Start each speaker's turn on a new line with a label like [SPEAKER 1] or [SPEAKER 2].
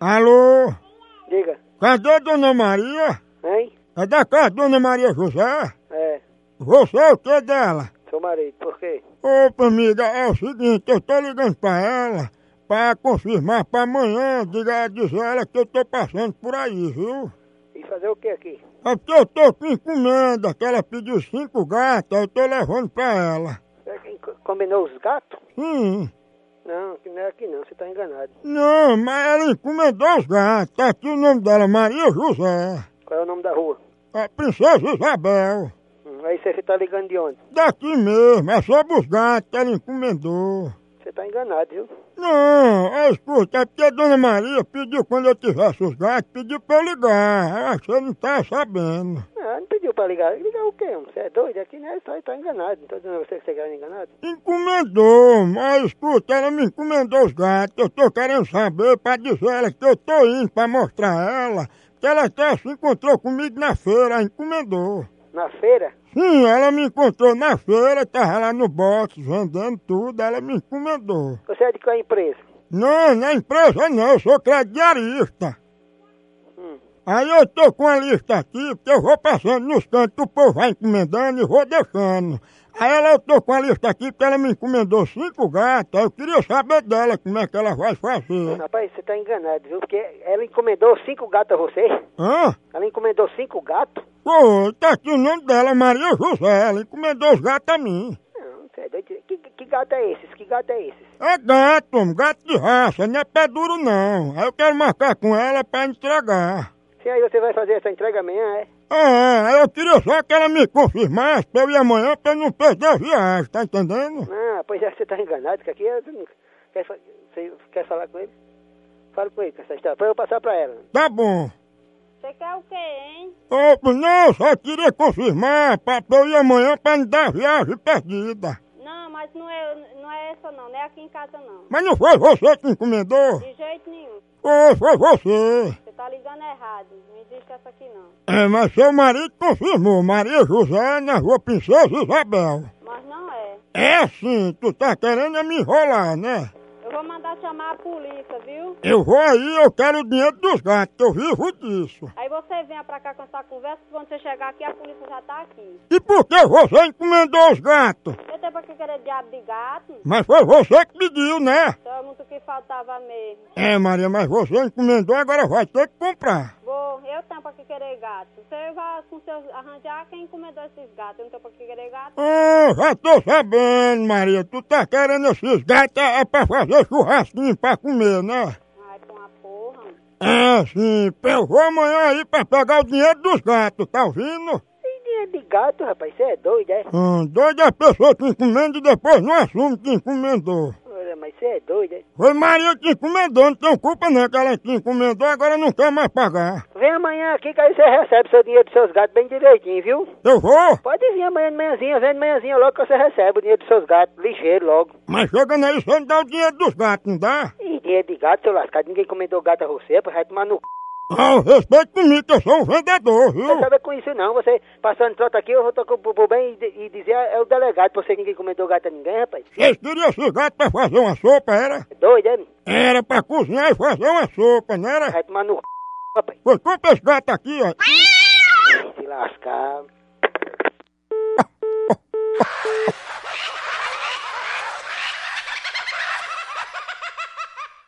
[SPEAKER 1] Alô?
[SPEAKER 2] Diga,
[SPEAKER 1] Cadê Dona Maria?
[SPEAKER 2] hein?
[SPEAKER 1] É da casa de Dona Maria José?
[SPEAKER 2] É,
[SPEAKER 1] Você é o que dela?
[SPEAKER 2] seu marido, por quê?
[SPEAKER 1] Opa, amiga, é o seguinte, eu tô ligando pra ela pra confirmar pra amanhã, diga, dizer a ela que eu tô passando por aí, viu?
[SPEAKER 2] E fazer o que aqui?
[SPEAKER 1] É porque eu tô com encomenda, que ela pediu cinco gatas, eu tô levando pra ela.
[SPEAKER 2] Será que É co- combinou os gatos?
[SPEAKER 1] Sim.
[SPEAKER 2] Não, que não é aqui não, você tá enganado.
[SPEAKER 1] Não, mas ela encomendou os gatos, tá aqui o nome dela, Maria José.
[SPEAKER 2] Qual é o nome da rua?
[SPEAKER 1] A princesa Isabel.
[SPEAKER 2] Hum, aí você tá ligando de onde?
[SPEAKER 1] Daqui mesmo, é sobre os gatos que ela encomendou.
[SPEAKER 2] Você tá enganado, viu?
[SPEAKER 1] Não, ó, escuta, é porque a dona Maria pediu quando eu tivesse os gatos, pediu pra eu ligar. Eu achei que não tá sabendo.
[SPEAKER 2] Ah, Não, não pediu pra ligar. Ligar o quê? homem? Você é doido? Aqui não é só, tá enganado. Não tô dizendo a você que você tá enganado.
[SPEAKER 1] Encomendou, mas escuta, ela me encomendou os gatos. Eu tô querendo saber pra dizer ela que eu tô indo pra mostrar ela. Que ela até se encontrou comigo na feira, encomendou.
[SPEAKER 2] Na feira?
[SPEAKER 1] Sim, ela me encontrou na feira, tava lá no box vendendo tudo, ela me encomendou.
[SPEAKER 2] Você é de qual empresa?
[SPEAKER 1] Não, na empresa não, eu sou crediarista.
[SPEAKER 2] Hum.
[SPEAKER 1] Aí eu tô com a lista aqui, porque eu vou passando nos cantos, o povo vai encomendando e vou deixando. Aí ela, eu tô com a lista aqui, porque ela me encomendou cinco gatos, eu queria saber dela como é que ela vai fazer.
[SPEAKER 2] Rapaz, você tá enganado, viu? Porque ela encomendou cinco gatos a você.
[SPEAKER 1] Hã?
[SPEAKER 2] Ela encomendou cinco gatos?
[SPEAKER 1] Pô, tá aqui o nome dela, Maria José, ela encomendou os gatos a mim.
[SPEAKER 2] Não, você é doido. Que, que gato é esses? Que gato é esses?
[SPEAKER 1] É gato, um gato de raça, não é pé duro não. Aí eu quero marcar com ela pra entregar.
[SPEAKER 2] Sim, aí você vai fazer essa entrega amanhã, é?
[SPEAKER 1] Ah, eu queria só que ela me confirmasse pra eu ir amanhã pra eu não perder a viagem, tá entendendo?
[SPEAKER 2] Ah, pois é, você tá enganado, que aqui é- você não- quer, fa- você quer falar com ele? Fala com ele com essa história, pra eu passar pra ela.
[SPEAKER 1] Tá bom.
[SPEAKER 3] Você quer o quê, hein?
[SPEAKER 1] Opa, não, só queria confirmar pra pra eu ir amanhã pra não dar viagem perdida.
[SPEAKER 3] Não, mas não é, não é essa não, não é aqui em casa não.
[SPEAKER 1] Mas não foi você que encomendou?
[SPEAKER 3] De jeito nenhum.
[SPEAKER 1] Ou foi você?
[SPEAKER 3] Você tá ligando errado. Não existe essa aqui não.
[SPEAKER 1] É, mas seu marido confirmou, Maria José na rua Princesa Isabel.
[SPEAKER 3] Mas não é.
[SPEAKER 1] É sim, tu tá querendo é me enrolar, né?
[SPEAKER 3] Eu vou mandar chamar a polícia, viu?
[SPEAKER 1] Eu vou aí, eu quero o dinheiro dos gatos, eu vivo disso.
[SPEAKER 3] Aí você venha pra cá com essa conversa, quando você chegar aqui, a polícia já tá aqui.
[SPEAKER 1] E por que você encomendou os gatos?
[SPEAKER 3] Eu tenho pra que querer diabo de gato?
[SPEAKER 1] Mas foi você que pediu, né?
[SPEAKER 3] Então é muito que faltava mesmo.
[SPEAKER 1] É, Maria, mas você encomendou, agora vai ter que comprar.
[SPEAKER 3] Vou, eu tenho pra que querer gato. Você vai com seus arranjar quem encomendou esses gatos. Eu não tenho pra que querer gato.
[SPEAKER 1] Ah, já tô sabendo, Maria. Tu tá querendo esses gatos é é pra fazer churrasquinho pra comer, né?
[SPEAKER 3] Ai, com a porra. mano.
[SPEAKER 1] É, sim. Eu vou amanhã aí pra pegar o dinheiro dos gatos, tá ouvindo?
[SPEAKER 2] Tem dinheiro de gato, rapaz, você é doido, é?
[SPEAKER 1] Hum, doida é a pessoa que encomenda e depois não assume que encomendou.
[SPEAKER 2] Olha, mas você é doido, é?
[SPEAKER 1] Foi Maria que encomendou, não tem culpa não que ela te encomendou, agora não quer mais pagar.
[SPEAKER 2] Vem amanhã aqui que aí você recebe seu dinheiro dos seus gatos bem direitinho, viu?
[SPEAKER 1] Eu vou,
[SPEAKER 2] Pode vir amanhã de manhãzinha, vem de manhãzinha logo que você recebe o dinheiro dos seus gatos, ligeiro logo.
[SPEAKER 1] mas chegando aí você não dá o dinheiro dos gatos, não dá?
[SPEAKER 2] E dinheiro de gato, seu lascado, ninguém encomendou gato a você, pô, vai tomar no c...
[SPEAKER 1] Ah, respeito comigo, que eu sou um vendedor,
[SPEAKER 2] Não
[SPEAKER 1] viu?
[SPEAKER 2] sabe com isso não, você passando trota aqui, eu vou tocar pro pro bem e, di- e dizer, é o delegado, pra você que ninguém encomendou gato a ninguém, rapaz.
[SPEAKER 1] Vocês queriam esse gato pra fazer uma sopa, era?
[SPEAKER 2] É doido, é?
[SPEAKER 1] Era pra cozinhar e fazer uma sopa, não era?
[SPEAKER 2] Vai tomar no c... rapaz.
[SPEAKER 1] Pois compra esse gato aqui, ó.
[SPEAKER 2] Se lascar.